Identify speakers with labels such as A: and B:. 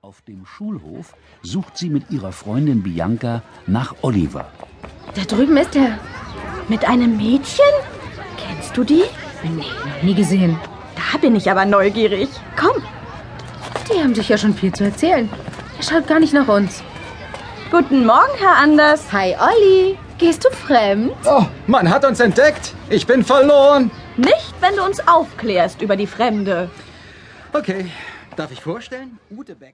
A: Auf dem Schulhof sucht sie mit ihrer Freundin Bianca nach Oliver.
B: Da drüben ist er. Mit einem Mädchen? Kennst du die?
C: Nee, noch nie gesehen.
B: Da bin ich aber neugierig. Komm.
C: Die haben sich ja schon viel zu erzählen. Er schaut gar nicht nach uns.
B: Guten Morgen, Herr Anders.
C: Hi, Olli. Gehst du fremd?
D: Oh, man hat uns entdeckt. Ich bin verloren.
B: Nicht, wenn du uns aufklärst über die Fremde.
D: Okay, darf ich vorstellen? Ute Beck.